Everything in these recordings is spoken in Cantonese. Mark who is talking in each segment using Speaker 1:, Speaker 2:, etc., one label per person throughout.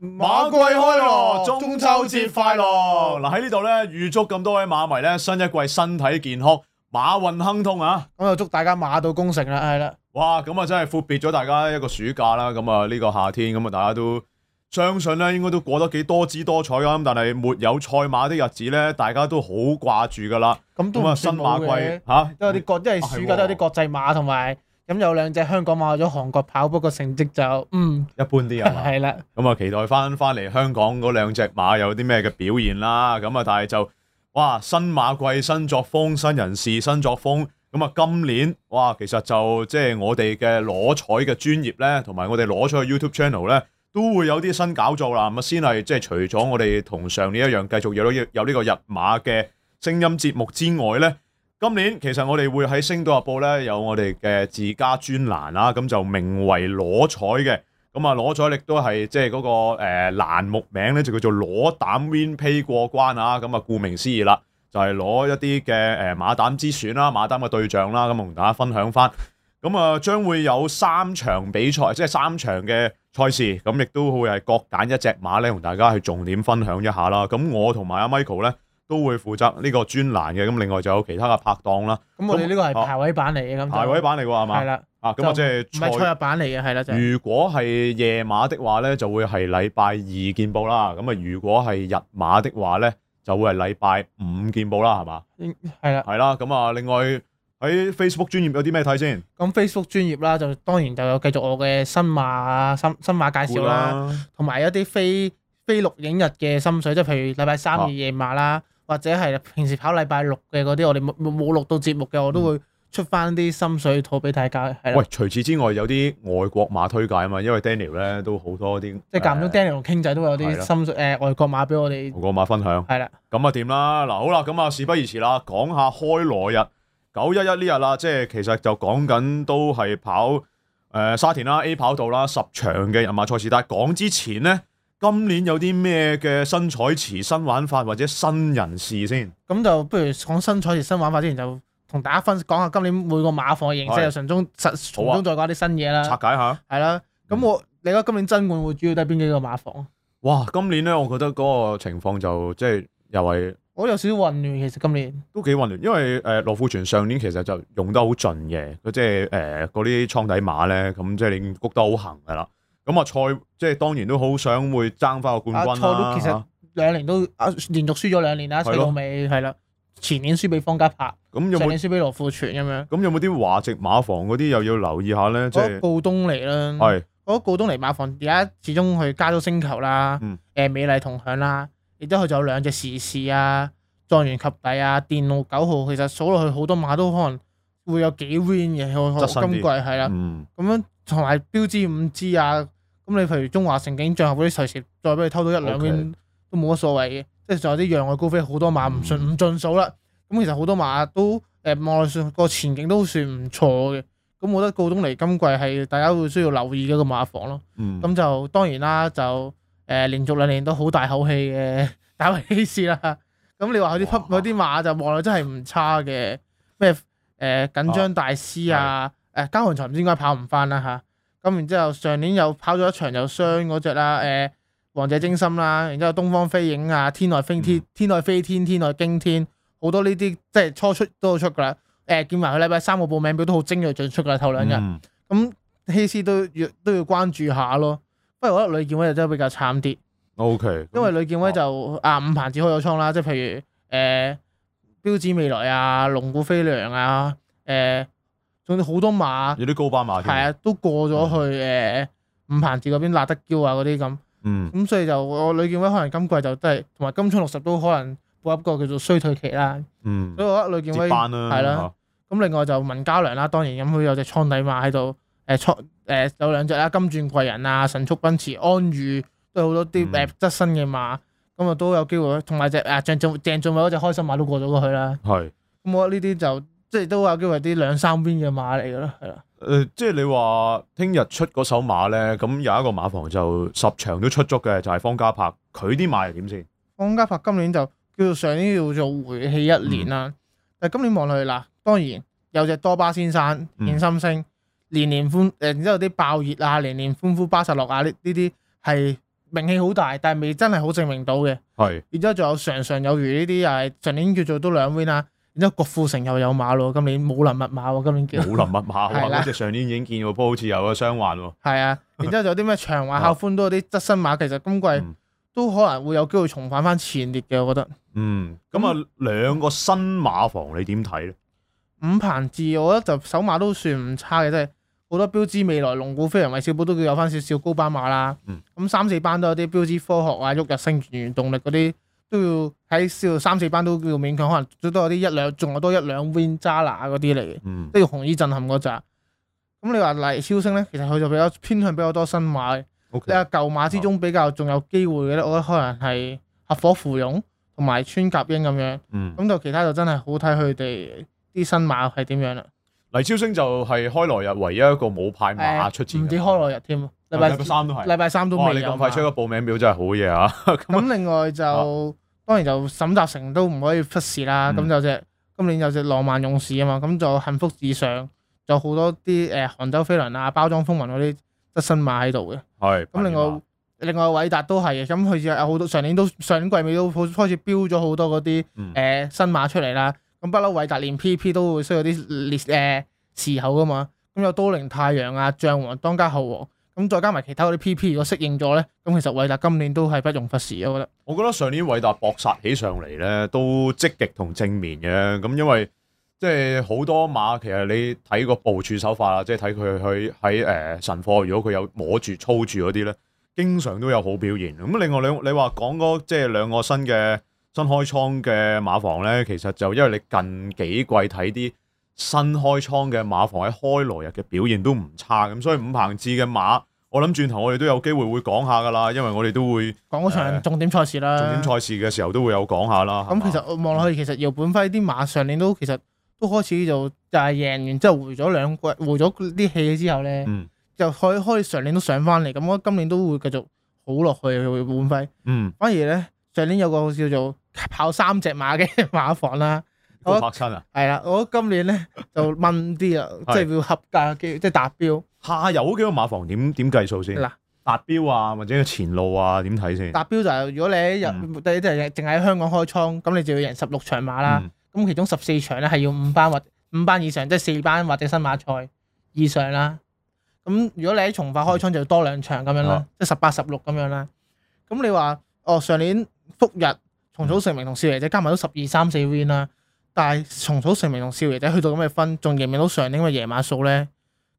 Speaker 1: 馬季開鑼，中秋節快樂！嗱喺呢度咧，預祝咁多位馬迷咧，新一季身體健康，馬運亨通啊！
Speaker 2: 咁就祝大家馬到功成啦，係啦。
Speaker 1: 哇，咁啊真係闊別咗大家一個暑假啦，咁啊呢個夏天咁啊大家都相信咧，應該都過得幾多姿多彩噶，咁但係沒有賽馬的日子咧，大家都好掛住噶啦。
Speaker 2: 咁都
Speaker 1: 咁啊
Speaker 2: 唔
Speaker 1: 新
Speaker 2: 算
Speaker 1: 馬
Speaker 2: 冇
Speaker 1: 季
Speaker 2: 嘅，
Speaker 1: 嚇
Speaker 2: 都有啲國，因為
Speaker 1: 啊係
Speaker 2: 暑假都有啲
Speaker 1: 喎
Speaker 2: 國際馬同埋。咁有兩隻香港馬去咗韓國跑，不過成績就嗯
Speaker 1: 一般啲啊嘛。
Speaker 2: 係啦，
Speaker 1: 咁啊，期待翻翻嚟香港嗰兩隻馬有啲咩嘅表現啦。咁啊，但係就哇，新馬季、新作風、新人事、新作風。咁啊，今年哇，其實就即係我哋嘅攞彩嘅專業咧，同埋我哋攞彩嘅 YouTube channel 咧，都會有啲新搞作啦。咁啊，先係即係除咗我哋同上年一樣繼續有呢有呢個日馬嘅聲音節目之外咧。今年其實我哋會喺《星島日報》咧有我哋嘅自家專欄啦，咁就名為攞彩嘅。咁啊，攞彩亦都係即係嗰個誒、呃、欄目名咧，就叫做攞膽 Win Pay 過關啊！咁啊，顧名思義啦，就係、攞一啲嘅誒馬膽之選啦、馬膽嘅對象啦，咁啊同大家分享翻。咁啊，將會有三場比賽，即係三場嘅賽事，咁亦都會係各揀一隻馬咧，同大家去重點分享一下啦。咁我同埋阿 Michael 咧都會負責呢個專欄嘅，咁另外就有其他嘅拍檔啦，
Speaker 2: 咁我哋呢個係
Speaker 1: 啊
Speaker 2: 排位版嚟嘅，咁就
Speaker 1: 排位版嚟喎係
Speaker 2: 係
Speaker 1: 嘛？
Speaker 2: 啦，
Speaker 1: 啊，嗯咁啊即
Speaker 2: 唔
Speaker 1: 係
Speaker 2: 係賽日版嚟嘅，係啦就係
Speaker 1: 如果係夜馬的話咧，就會係禮拜二見報啦。咁啊，如果係日馬的話咧，就會係禮拜五見報啦，係嘛？
Speaker 2: 係啦。
Speaker 1: 係啦，咁啊，另外喺 Facebook 專業有啲咩睇先？
Speaker 2: 咁 Facebook 專業啦，就當然就有繼續我嘅新馬新新馬介紹啦，，同埋一啲非非錄影日嘅心水，即係譬如禮拜三
Speaker 1: 啊
Speaker 2: 嘅夜馬啦，或者係平時跑禮拜六嘅嗰啲，我哋冇冇冇錄到節目嘅，我都會出翻啲心水套俾大家，係啦
Speaker 1: 嗯喂，，除此之外有啲外國馬推介啊嘛，因為 Daniel 咧都好多啲
Speaker 2: 即係間唔中
Speaker 1: 誒
Speaker 2: Daniel 同傾偈都會有
Speaker 1: 係
Speaker 2: 啲
Speaker 1: 啦
Speaker 2: 心水誒外國馬俾我哋，
Speaker 1: 外國馬分享。
Speaker 2: 係啦，
Speaker 1: 咁啊掂啦，嗱好啦，咁啊事不宜遲啦，講下開羅日九一一呢日啦，即係其實就講緊都係跑誒、呃沙田啦 A 跑道啦十場嘅人馬賽事，但係講之前呢，今年有啲咩嘅新彩池、新玩法或者新人事先？
Speaker 2: 咁就不如講新賽事新玩法之前就同大家分講下今年每個馬房嘅形
Speaker 1: 係啊
Speaker 2: 式，又從中實從中再講啲新嘢啦
Speaker 1: 拆，嗯解下。
Speaker 2: 係啦，咁我你覺得今年爭冠會主要都係邊幾個馬房啊？
Speaker 1: 哇！今年呢，我覺得嗰個情況就即係又係
Speaker 2: 我有少少混亂，其實今年
Speaker 1: 都幾混亂，因為誒、呃、羅富全上年其實就用得好盡嘅，佢即係誒嗰啲倉底馬咧，咁即係你谷得好行噶啦。咁啊，賽即係當然都好想會爭翻個冠
Speaker 2: 阿
Speaker 1: 軍
Speaker 2: 啊蔡
Speaker 1: 啦。
Speaker 2: 都其實
Speaker 1: 嚇
Speaker 2: 兩年都啊連續輸咗兩年啦，
Speaker 1: 係
Speaker 2: 賽
Speaker 1: 咯
Speaker 2: 到尾係啦，前年輸俾方家柏，
Speaker 1: 咁有
Speaker 2: 上
Speaker 1: 冇
Speaker 2: 年輸俾羅富全咁樣。
Speaker 1: 咁有冇啲華籍馬房嗰啲又要留意下咧？即
Speaker 2: 我覺得
Speaker 1: 係
Speaker 2: 告東尼啦，
Speaker 1: 係
Speaker 2: 我覺得告東尼馬房而家始終佢加咗星球啦，誒、
Speaker 1: 嗯
Speaker 2: 美麗同享啦，亦都佢仲有兩隻時事啊、狀元及第啊、電路九號，其實數落去好多馬都可能會有幾 win 嘅，我
Speaker 1: 側
Speaker 2: 我
Speaker 1: 身啲
Speaker 2: 今季係啦。
Speaker 1: 嗯
Speaker 2: 咁樣同埋標誌五支啊，咁你譬如中華城景象嗰啲隨時再俾你偷到一兩
Speaker 1: OK
Speaker 2: 邊都冇乜所謂嘅，即係仲有啲讓外高飛好多馬唔順唔盡數啦。咁其實好多馬都誒望落算個前景都算唔錯嘅。咁我覺得告東尼今季係大家會需要留意嘅一個馬房咯。
Speaker 1: 嗯，
Speaker 2: 咁就當然啦，就誒、呃、連續兩年都好大口氣嘅 打維希斯啦。咁你話佢啲匹
Speaker 1: 哇
Speaker 2: 嗰啲馬就望落真係唔差嘅，咩誒、呃、緊張大師啊，
Speaker 1: 哦
Speaker 2: 誒嘉韓才唔知點解跑唔翻啦吓，咁然之後上年又跑咗一場又傷嗰只啦，誒、呃、王者精心啦，然之後東方飛影啊，天外飛天，
Speaker 1: 嗯
Speaker 2: 天外飛天，天外驚天，好多呢啲即係初出都好出噶啦。誒、見埋佢禮拜三個報名表都好精鋭進出噶啦，頭兩日。
Speaker 1: 嗯
Speaker 2: 咁希斯都要都要關注下咯。不過我覺得呂健威就真係比較慘啲，
Speaker 1: OK，
Speaker 2: 因為呂健
Speaker 1: 哦
Speaker 2: 威就啊五盤子開咗倉啦，即係譬如誒、呃、標誌未來啊、龍鼓飛揚啊、誒、總之好多馬
Speaker 1: 有啲高班馬添。
Speaker 2: 係啊都過咗去誒、呃五盤子嗰邊辣得嬌啊嗰啲咁，
Speaker 1: 嗯
Speaker 2: 咁所以就我呂健威可能今季就都係同埋金春六十都可能步入一個叫做衰退期啦。
Speaker 1: 嗯
Speaker 2: 所，以我覺得呂健
Speaker 1: 接
Speaker 2: 威。
Speaker 1: 班啦，
Speaker 2: 係啦
Speaker 1: 嚇
Speaker 2: 咁另外就文家良啦，當然咁佢有隻倉底馬喺度，誒倉誒有兩隻啦，金鑽貴人啊、神速奔馳、安裕都有好多啲
Speaker 1: 嗯
Speaker 2: 誒側身嘅馬，咁啊都有機會，同埋隻誒鄭俊鄭俊偉嗰隻開心馬都過咗過去啦。
Speaker 1: 係
Speaker 2: 咁我覺得呢啲就即係都有機會啲兩三邊嘅馬嚟嘅咯，係啦，
Speaker 1: 誒，呃即係你話聽日出嗰首馬咧，咁有一個馬房就十場都出足嘅，就係方家柏，佢啲馬係點先？
Speaker 2: 方家柏今年就叫做上年叫做回氣一年啦，
Speaker 1: 嗯
Speaker 2: 但係今年望落去嗱，當然有隻多巴先生、
Speaker 1: 嗯
Speaker 2: 燕心星、年年歡誒，然之後啲爆熱啊、年年歡呼巴塞洛啊呢呢啲係名氣好大，但係未真係好證明到嘅。
Speaker 1: 係
Speaker 2: 然之後仲有常常有餘呢啲又係上年叫做都兩 win 啦，然之後郭富城又有馬咯，今年武林密碼喎，今年 叫
Speaker 1: 武林密 碼
Speaker 2: 係
Speaker 1: 喎，
Speaker 2: 啦
Speaker 1: 嗰只上年已經見過，不過好似有個傷患喎。
Speaker 2: 係啊，然之後仲有啲咩長 華校寬都有啲側身馬，其實今季
Speaker 1: 啊嗯
Speaker 2: 都可能會有機會重返翻前列嘅，我覺得。
Speaker 1: 嗯，咁啊，兩個新馬房你點睇咧？
Speaker 2: 五棚字我覺得就手馬都算唔差嘅，即係好多標誌未來龍鼓飛揚韋小寶都叫有翻少少高班馬啦。咁
Speaker 1: 嗯、
Speaker 2: 三四班都有啲標誌科學啊、旭日升原動力嗰啲都要喺少三四班都叫勉強，可能最多有啲一兩，仲有多一兩 Win 渣拿嗰啲嚟嘅。
Speaker 1: 嗯，
Speaker 2: 都要紅衣震撼嗰扎。咁你話黎超星咧，其實佢就比較偏向比較多新馬嘅。
Speaker 1: OK
Speaker 2: 你話舊馬之中比較仲有機會嘅咧，我覺得可能係合伙芙蓉同埋穿甲英咁樣。
Speaker 1: 嗯，
Speaker 2: 咁就其他就真係好睇佢哋啲新馬係點樣啦。
Speaker 1: 黎超星就係開羅日唯一一個冇派馬出戰嘅，
Speaker 2: 啊唔止開落日添，禮
Speaker 1: 禮
Speaker 2: 拜
Speaker 1: 拜三都係。
Speaker 2: 禮拜三都
Speaker 1: 哇！
Speaker 2: 未
Speaker 1: 你
Speaker 2: 有
Speaker 1: 咁快出
Speaker 2: 馬。
Speaker 1: 個報名表真係好嘢啊！
Speaker 2: 咁另外就當然就沈集成都唔可以忽視啦。咁
Speaker 1: 嗯
Speaker 2: 有隻今年有隻浪漫勇士啊嘛，咁就幸福至上，仲有好多啲誒杭州飛輪啊、包裝風雲嗰啲得新馬喺度嘅。
Speaker 1: 係
Speaker 2: 咁另外另外偉達都係嘅，咁佢就有好多上年都上年季尾都好開始標咗好多嗰啲
Speaker 1: 嗯
Speaker 2: 誒新馬出嚟啦。咁不嬲偉達連 PP 都會需要啲列誒時候噶嘛。咁有都靈太陽啊、象王當家後王，咁再加埋其他嗰啲 PP 如果適應咗咧，咁其實偉達今年都係不容忽視啊，我覺得。
Speaker 1: 我覺得上年偉達搏殺起上嚟咧，都積極同正面嘅。咁因為即係好多馬，其實你睇個部署手法啦，啊即係睇佢去喺誒神貨，如果佢有摸住操住嗰啲咧，經常都有好表現。咁另外兩你話講嗰即係兩個新嘅新開倉嘅馬房咧，其實就因為你近幾季睇啲新開倉嘅馬房喺開羅日嘅表現都唔差，咁所以五棚志嘅馬，我諗轉頭我哋都有機會會講下噶啦，因為我哋都會。
Speaker 2: 講嗰場
Speaker 1: 誒
Speaker 2: 重點賽事啦。
Speaker 1: 重點賽事嘅時候都會有講下啦。係
Speaker 2: 呃咁
Speaker 1: 嘛
Speaker 2: 其實我望落去，其實姚本輝啲馬上年都其實都開始就就係贏完之後回咗兩季，回咗啲氣之後咧，
Speaker 1: 嗯
Speaker 2: 就可以開上年都上翻嚟。咁我今年都會繼續好落去姚本輝。
Speaker 1: 嗯，
Speaker 2: 反而咧上年有個叫做跑三隻馬嘅 馬房啦，
Speaker 1: 高
Speaker 2: 我
Speaker 1: 柏親啊，
Speaker 2: 係啦，我今年咧就掹啲啦，即係要合格嘅機會，即係達標。
Speaker 1: 下游嗰幾個馬房點點計數先？
Speaker 2: 嗱，
Speaker 1: 達標啊，或者個前路啊，點睇先？
Speaker 2: 達標就係如果你喺日，
Speaker 1: 嗯
Speaker 2: 即係淨係喺香港開倉，咁你就要贏十六場馬啦。
Speaker 1: 嗯
Speaker 2: 咁其中十四場咧係要五班或五班以上，即係四班或者新馬賽以上啦。咁如果你喺從化開倉就要多兩場咁樣啦
Speaker 1: 啊，
Speaker 2: 即係十八十六咁樣啦。咁你話哦，上年福日重組成名同少爺仔加埋都十二三四 win 啦，但係重組成名同少爺仔去到咁嘅分，仲贏唔贏到上年嘅夜馬數咧？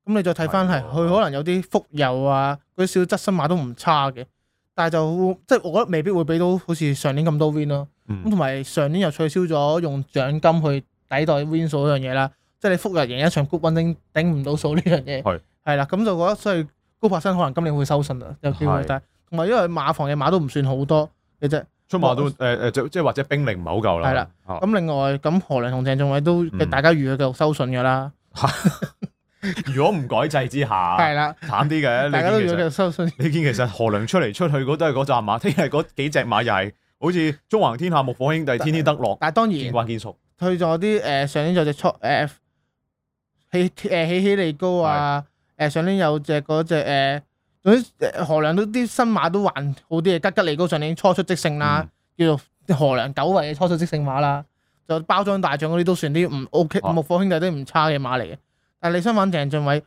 Speaker 2: 咁你再睇翻係
Speaker 1: 係喎
Speaker 2: 佢可能有啲福友啊，嗰啲小質新馬都唔差嘅，但係就即係我覺得未必會俾到好似上年咁多 win 咯。咁
Speaker 1: 嗯
Speaker 2: 同埋上年又取消咗用獎金去抵代 win 數嗰樣嘢啦，即係你復日贏一場 good win 頂頂唔到數呢樣嘢，
Speaker 1: 係
Speaker 2: 係啦，咁就覺得所以高柏生可能今年會收信啦，有機會
Speaker 1: 係，
Speaker 2: 但係同埋因為馬房嘅馬都唔算好多嘅啫，
Speaker 1: 出馬都誒誒，即即係或者兵力唔係好夠啦。
Speaker 2: 係啦
Speaker 1: 啊，
Speaker 2: 咁另外咁何良同鄭仲偉都
Speaker 1: 嗯
Speaker 2: 大家預佢繼續收信㗎啦，
Speaker 1: 如果唔改制之下，
Speaker 2: 係啦，
Speaker 1: 慘啲 嘅。
Speaker 2: 大家都
Speaker 1: 啊你見其實
Speaker 2: 預佢繼續收信，
Speaker 1: 你見其實何良出嚟出去嗰都係嗰扎馬，聽日嗰幾隻馬又係好似中橫天下、木火兄弟、天天得樂、
Speaker 2: 但係當然
Speaker 1: 見慣見熟。
Speaker 2: 佢仲有啲誒上年有隻初誒喜誒喜喜利高啊，誒上年有隻嗰隻誒，總之誒何良都啲新馬都還好啲嘅，吉吉利高上年初出即勝
Speaker 1: 嗯
Speaker 2: 啦，叫做何良久違嘅初出即勝馬啦，就包裝大獎嗰啲都算啲唔 OK，
Speaker 1: 啊
Speaker 2: 木火兄弟都唔差嘅馬嚟嘅，但係你相反鄭俊偉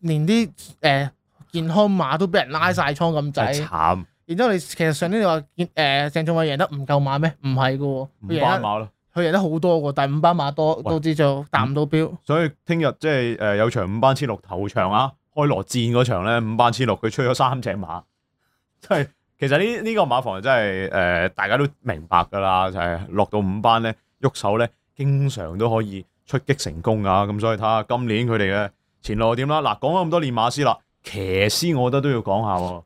Speaker 2: 連啲誒、健康馬都俾人拉晒倉咁
Speaker 1: 真係
Speaker 2: 滯，
Speaker 1: 慘，
Speaker 2: 然之後你其實上年你話健誒鄭俊偉贏得唔夠馬咩？唔係嘅喎，
Speaker 1: 唔
Speaker 2: 佢贏得
Speaker 1: 班。馬啦。
Speaker 2: 佢贏得好多喎，但係五班馬多
Speaker 1: 喂嗯
Speaker 2: 都知就達唔到標。
Speaker 1: 所以聽日即係誒有場五班千六頭場啊，開羅戰嗰場咧五班千六佢吹咗三隻馬， 即係其實呢呢、個馬房真係誒、呃大家都明白㗎啦，就係、呃落到五班咧喐手咧，經常都可以出擊成功啊！咁所以睇下今年佢哋嘅前路係點啦。嗱，講咗咁多練馬師啦，騎師我覺得都要講下喎，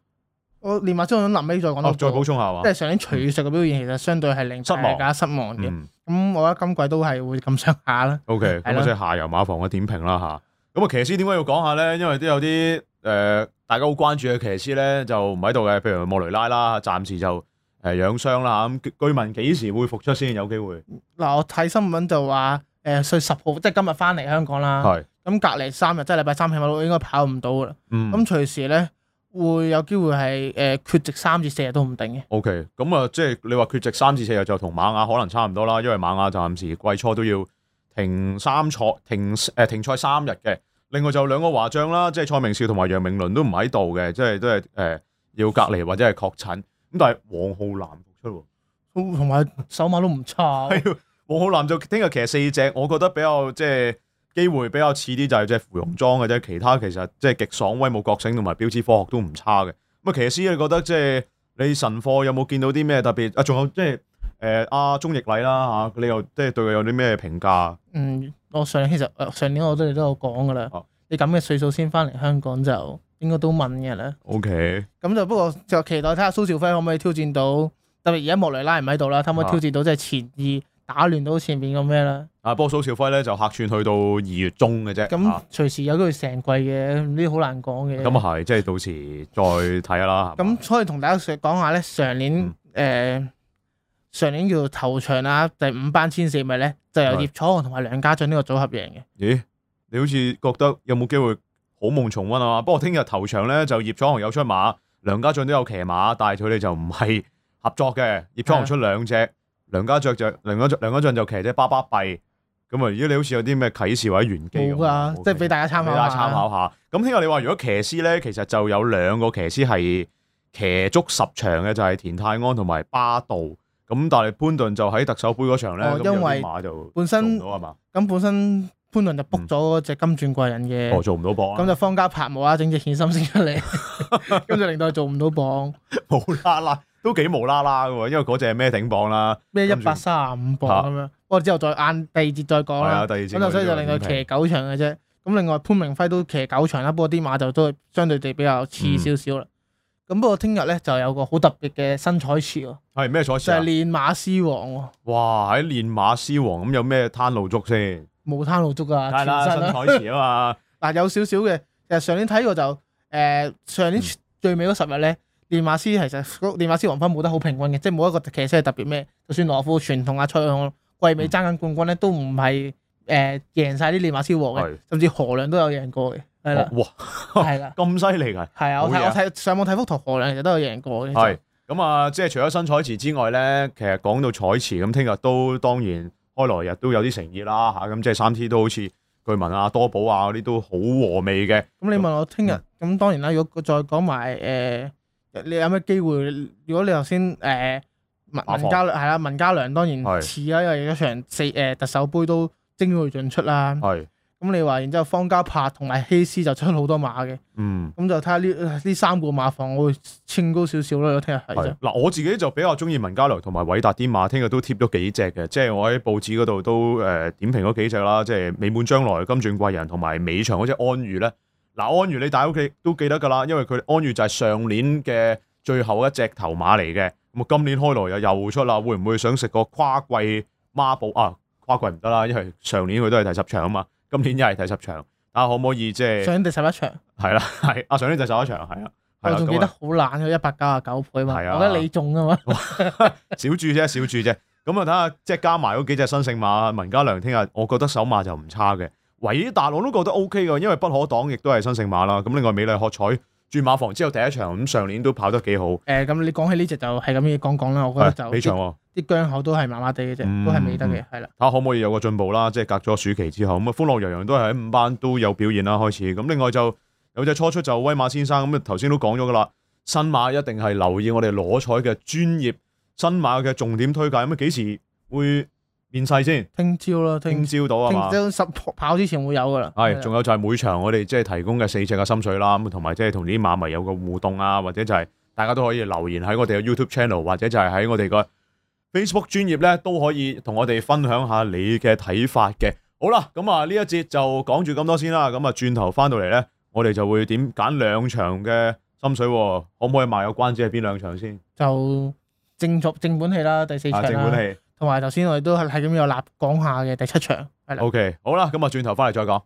Speaker 2: 我連埋之後，臨尾再講多
Speaker 1: 哦，再
Speaker 2: 個
Speaker 1: 補充下
Speaker 2: 即
Speaker 1: 喎，
Speaker 2: 係上年徐術嘅表現其實相對係令
Speaker 1: 失望
Speaker 2: 大家失望嘅。咁、
Speaker 1: 嗯。
Speaker 2: 我覺得今季都係會咁上下啦。
Speaker 1: O K，
Speaker 2: 係
Speaker 1: 咁啊
Speaker 2: 啦
Speaker 1: 即係下游馬房嘅點評啦吓。咁啊，騎師點解要講下咧？因為都有啲誒、呃大家好關注嘅騎師咧，就唔喺度嘅，譬如莫雷拉啦，暫時就誒、呃、養傷啦咁據據聞幾時會復出先有機會？
Speaker 2: 嗱，我睇新聞就話誒，歲十號即係今日翻嚟香港啦。
Speaker 1: 係，
Speaker 2: 咁隔離三日，即係禮拜三起碼都應該跑唔到噶啦。
Speaker 1: 嗯，
Speaker 2: 咁隨時咧，會有機會係誒缺席三至四日都唔定嘅。
Speaker 1: O K，咁啊，即係你話缺席三至四日就同馬雅可能差唔多啦，因為馬雅暫時季初都要停三賽停誒、呃停賽三日嘅。另外就兩個華將啦，即係蔡明少同埋楊明倫都唔喺度嘅，即係都係誒、呃要隔離或者係確診。咁但係黃浩南復出
Speaker 2: 同同埋手馬都唔差
Speaker 1: 喎，，係黃浩南就聽日騎四隻，我覺得比較即係機會比較似啲就係即係芙蓉裝嘅啫，其他其實即係極爽威武覺醒同埋標誌科學都唔差嘅。咁啊，騎師你覺得即係？你神貨有冇見到啲咩特別啊？仲有即係誒阿鐘奕禮啦啊嚇、你又即係對佢有啲咩評價？
Speaker 2: 嗯，我上其實呃上年我都哋都有講噶啦
Speaker 1: 哦，
Speaker 2: 你咁嘅歲數先翻嚟香港就應該都問嘅啦。
Speaker 1: O K，
Speaker 2: 咁就不過就期待睇下蘇兆輝可唔可以挑戰到，特別而家莫雷拉唔喺度啦，可唔可以
Speaker 1: 啊
Speaker 2: 挑戰到即係前二打亂到前面咁咩啦？
Speaker 1: 啊波蘇少輝咧就客串去到二月中嘅啫，
Speaker 2: 咁
Speaker 1: 啊
Speaker 2: 隨時有機會成季嘅，呢啲好難講嘅。
Speaker 1: 咁啊係，即係到時再睇下啦。係嘛
Speaker 2: 咁所以同大家講下咧，上年
Speaker 1: 嗯
Speaker 2: 誒上年叫做頭場啦，第五班千四米咧，就由
Speaker 1: 係
Speaker 2: 葉楚航同埋梁家俊呢個組合贏嘅。
Speaker 1: 咦？你好似覺得有冇機會好夢重温啊？不過聽日頭場咧就葉楚航有出馬，梁家俊都有騎馬，但係佢哋就唔係合作嘅。葉楚
Speaker 2: 係啊
Speaker 1: 航出兩隻，梁家俊就梁家俊梁家俊就騎只巴巴閉。咁啊，如果你好似有啲咩啟示或者玄機咁啊
Speaker 2: 冇噶，即係俾大家參
Speaker 1: 俾
Speaker 2: 考
Speaker 1: 大
Speaker 2: 下。
Speaker 1: 家參考下。咁聽日你話如果騎師咧，其實就有兩個騎師係騎足十場嘅，就係、田泰安同埋巴道。咁但係潘頓就喺特首杯嗰場咧，
Speaker 2: 哦
Speaker 1: 咁有啲
Speaker 2: 因為
Speaker 1: 馬就
Speaker 2: 本身
Speaker 1: 做唔到係啊嘛？
Speaker 2: 咁本身潘頓就 book 咗只金鑽貴人嘅，
Speaker 1: 哦，做唔到磅
Speaker 2: 咁
Speaker 1: 啊，
Speaker 2: 就方家柏無啦啦整隻顯心先出嚟， 咁就令到佢做唔到磅，
Speaker 1: 無啦啦都幾無啦啦嘅喎，因為嗰只係咩頂磅啦，
Speaker 2: 咩一
Speaker 1: 跟住
Speaker 2: 百三十五磅咁樣。不過之後再晏第二節再講
Speaker 1: 係啊，
Speaker 2: 啦。
Speaker 1: 第二隻
Speaker 2: 咁就所以就令佢騎九場嘅啫。咁另外潘明輝都騎九場啦，不過啲馬就都係相對地比較次少少啦。
Speaker 1: 嗯
Speaker 2: 咁、不過聽日咧就有個好特別嘅新彩池喎，
Speaker 1: 係咩賽事
Speaker 2: 就係
Speaker 1: 啊？
Speaker 2: 練馬獅王喎，
Speaker 1: 哇！喺練馬獅王咁有咩攤路足先？
Speaker 2: 無攤露足啊，
Speaker 1: 梗係
Speaker 2: 全
Speaker 1: 啦，新
Speaker 2: 身啦。
Speaker 1: 台池啊嘛，
Speaker 2: 嗱有少少嘅，其實上年睇過就誒、呃上年
Speaker 1: 嗯
Speaker 2: 最尾嗰十日咧，練馬師其實嗰練馬師黃昏冇得好平均嘅，即係冇一個騎師係特別咩。就算羅富全同阿蔡勇季
Speaker 1: 嗯
Speaker 2: 尾爭緊冠軍咧，都唔係誒贏晒啲練馬師王嘅
Speaker 1: 係，
Speaker 2: 甚至何亮都有贏過嘅， 係啦，
Speaker 1: 哇！
Speaker 2: 係啦。
Speaker 1: 咁犀利㗎！
Speaker 2: 係啊，
Speaker 1: 好
Speaker 2: 我
Speaker 1: 嘢
Speaker 2: 睇
Speaker 1: 啊
Speaker 2: 我睇上網睇幅圖，何亮其實都有贏過嘅。
Speaker 1: 係咁啊，即係除咗新彩池之外咧，其實講到彩池咁，聽日都當然開來日都有啲誠意啦嚇，咁即係三 T 都好似巨文啊、多寶啊嗰啲都好和味嘅。
Speaker 2: 咁你問我聽日
Speaker 1: 嗯
Speaker 2: 咁當然啦，如果再講埋誒，你有咩機會？如果你頭先誒文
Speaker 1: 打房
Speaker 2: 文家良係啦，文家良當
Speaker 1: 係
Speaker 2: 然似啦，因為有一場四誒特首杯都精鋭盡出啦。
Speaker 1: 係，
Speaker 2: 咁你話然之後方家柏同埋希斯就出好多馬嘅，
Speaker 1: 嗯，
Speaker 2: 咁就睇下呢呃呢三個馬房我會清高少少咯。如果聽日係
Speaker 1: 係
Speaker 2: 啫，
Speaker 1: 嗱，我自己就比較中意文家良同埋偉達啲馬，聽日都貼咗幾隻嘅，即係我喺報紙嗰度都誒、呃、點評咗幾隻啦，即係美滿將來、金鑽貴人同埋美場嗰只安裕咧。嗱，安裕你大家屋企都記得㗎啦，因為佢安裕就係上年嘅最後一隻頭馬嚟嘅，咁啊今年開來又又出啦，會唔會想食個跨季孖寶啊？跨季唔得啦，因為上年佢都係第十場啊嘛，今年又係第十場，睇下可唔可以即係
Speaker 2: 上第十一場，
Speaker 1: 係啦，係啊上年就十一場係啊，係
Speaker 2: 我
Speaker 1: 啦
Speaker 2: 仲
Speaker 1: 咁
Speaker 2: 記
Speaker 1: 啊
Speaker 2: 得好懶嘅一百九十九倍嘛，
Speaker 1: 係啊
Speaker 2: 我覺得你 中啊嘛，
Speaker 1: 小注啫，小注啫。咁啊，睇下即係加埋嗰幾隻新勝馬，文家良聽日，我覺得首馬就唔差嘅。偉達我都覺得 O K 嘅，因為不可擋亦都係新勝馬啦。咁另外美麗喝彩轉馬房之後第一場，咁上年都跑得幾好，
Speaker 2: 誒呃咁你講起呢只就係咁嘅講講啦，我覺得
Speaker 1: 係
Speaker 2: 啊就
Speaker 1: 幾場喎。
Speaker 2: 啲姜口都係麻麻地嘅啫，
Speaker 1: 嗯
Speaker 2: 都係未得嘅，係啦。
Speaker 1: 睇下可唔可以有個進步啦，即係隔咗暑期之後，咁啊歡樂洋洋都係喺五班都有表現啦，開始咁另外就有隻初出就威馬先生咁啊，頭先都講咗噶啦，新馬一定係留意我哋攞彩嘅專業新馬嘅重點推介，咁啊幾時會面世先？
Speaker 2: 聽朝咯，
Speaker 1: 聽
Speaker 2: 聽
Speaker 1: 朝到啊
Speaker 2: 聽
Speaker 1: 嘛？
Speaker 2: 朝十跑之前會有噶啦。係啊
Speaker 1: 係，啊
Speaker 2: 啦
Speaker 1: 仲有就係每場我哋即係提供嘅四隻嘅心水啦，咁同埋即係同啲馬迷有個互動啊，或者就係大家都可以留言喺我哋嘅 YouTube channel，或者就係喺我哋個 Facebook 專頁咧，都可以同我哋分享下你嘅睇法嘅。好啦，咁啊呢一節就講住咁多先啦，咁啊轉頭翻到嚟咧，我哋就會點揀兩場嘅心水喎，可唔可以賣個關子係邊兩場先？
Speaker 2: 就正作正本戲啦，第四
Speaker 1: 啊，
Speaker 2: 場
Speaker 1: 正
Speaker 2: 啦，
Speaker 1: 本戲。
Speaker 2: 同埋頭先我哋都係係咁有立講下嘅第七場，係啦。
Speaker 1: OK，好啦，咁啊轉頭翻嚟再講。